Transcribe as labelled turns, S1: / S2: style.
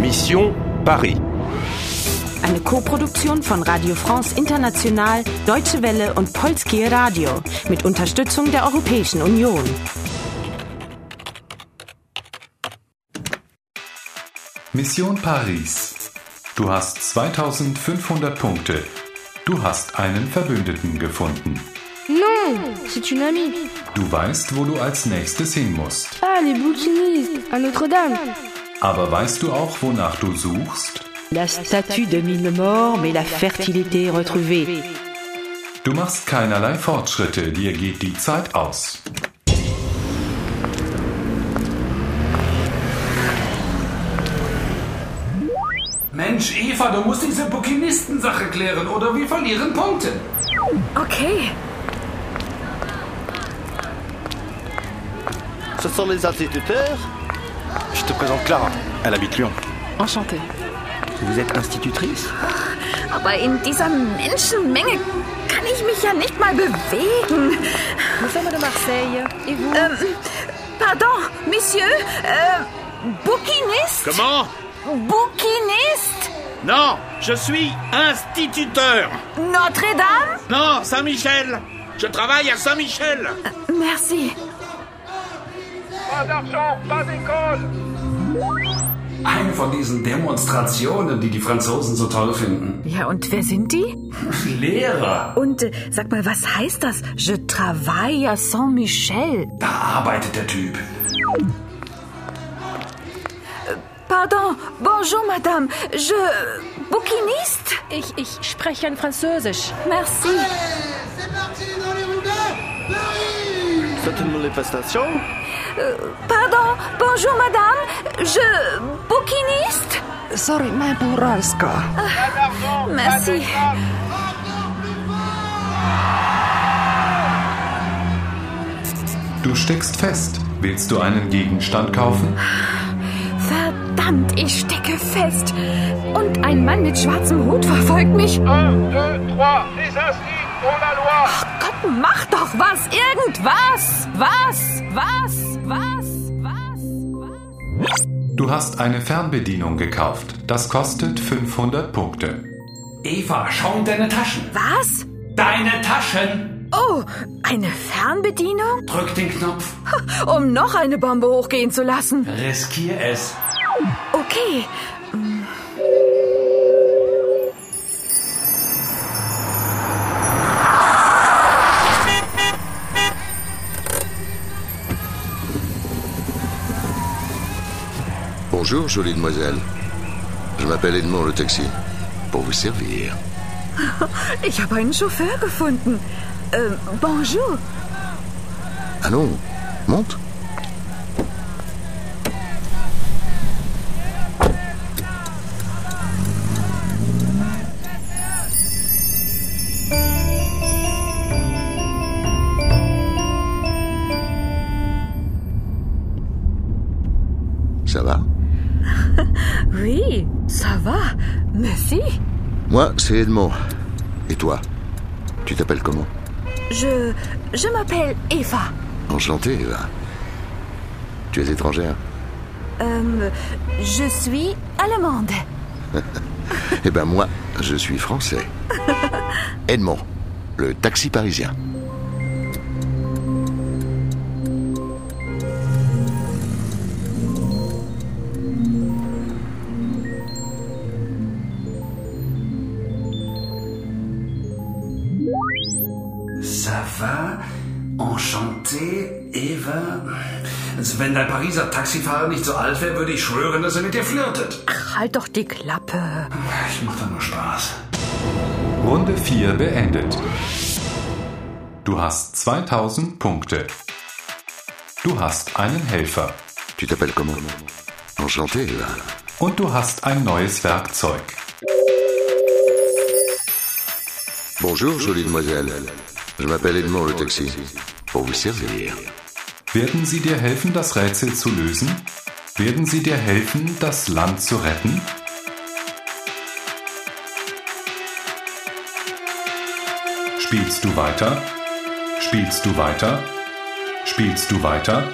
S1: Mission Paris.
S2: Eine Koproduktion von Radio France International, Deutsche Welle und Polskie Radio mit Unterstützung der Europäischen Union.
S3: Mission Paris. Du hast 2500 Punkte. Du hast einen Verbündeten gefunden.
S4: Non, c'est une amie.
S3: Du weißt, wo du als nächstes hin musst.
S4: Ah, les bouquinistes, à Notre-Dame.
S3: Aber weißt du auch, wonach du suchst?
S5: La statue de mille morts, mais la fertilité retrouvée.
S3: Du machst keinerlei Fortschritte, dir geht die Zeit aus.
S6: Mensch, Eva, du musst diese Bukinistensache klären oder wir verlieren Punkte.
S7: Okay,
S8: Ce sont les instituteurs Je te présente Clara. Elle habite Lyon.
S9: Enchantée.
S8: Vous êtes institutrice
S7: aber in dieser Menschenmenge kann ich mich ja nicht mal bewegen. Ähm,
S10: Nous sommes de Marseille. Et vous
S7: Pardon, Monsieur, äh, Bouquiniste
S11: Comment
S7: Bouquiniste
S11: Non, je suis instituteur.
S7: Notre-Dame
S11: Non, Saint-Michel. Je travaille à Saint-Michel.
S7: Merci.
S6: Eine von diesen Demonstrationen, die die Franzosen so toll finden.
S7: Ja, und wer sind die?
S6: Lehrer.
S7: Und äh, sag mal, was heißt das? Je travaille à Saint-Michel.
S6: Da arbeitet der Typ.
S7: Pardon, bonjour, Madame. Je. Bouquiniste
S10: ich, ich spreche ein Französisch.
S7: Merci.
S8: C'est une manifestation
S7: Euh, Pardon, bonjour, Madame. Je. Bouquiniste
S9: Sorry, mein Buralska.
S7: Merci.
S3: Du steckst fest. Willst du einen Gegenstand kaufen?
S7: Verdammt, ich stecke fest. Und ein Mann mit schwarzem Hut verfolgt mich.
S12: 1, 2, 3, les inscrits ont la loi.
S7: Gott, mach doch was! Irgendwas! Was? Was? Was? Was? Was?
S3: Du hast eine Fernbedienung gekauft. Das kostet 500 Punkte.
S6: Eva, schau in deine Taschen.
S7: Was?
S6: Deine Taschen!
S7: Oh, eine Fernbedienung?
S6: Drück den Knopf.
S7: Um noch eine Bombe hochgehen zu lassen.
S6: Riskier es.
S7: Okay.
S13: Bonjour, jolie demoiselle. Je m'appelle Edmond le taxi. Pour vous servir.
S7: Ich habe einen Chauffeur gefunden. Ähm, bonjour.
S13: Allons, monte. Ça va
S7: Oui, ça va. Merci.
S13: Moi, c'est Edmond. Et toi Tu t'appelles comment
S7: Je. Je m'appelle Eva.
S13: Enchanté, Eva. Tu es étrangère
S7: Ähm, je suis allemande.
S13: Eh ben moi, je suis français. Edmond, le taxi parisien.
S6: Ça va? Enchanté, Eva? Also wenn dein Pariser Taxifahrer nicht so alt wäre, würde ich schwören, dass er mit dir flirtet.
S7: Halt doch die Klappe.
S6: Ich mach da nur Spaß.
S3: Runde 4 beendet. Du hast 2000 Punkte. Du hast einen Helfer.
S13: Tu t'appelles comment Enchanté, Eva.
S3: Und du hast ein neues Werkzeug.
S13: Bonjour, jolie demoiselle. Je m'appelle Edmond le taxi. Pour vous servir.
S3: Werden sie dir helfen, das Rätsel zu lösen? Werden sie dir helfen, das Land zu retten? Spielst du weiter? Spielst du weiter? Spielst du weiter?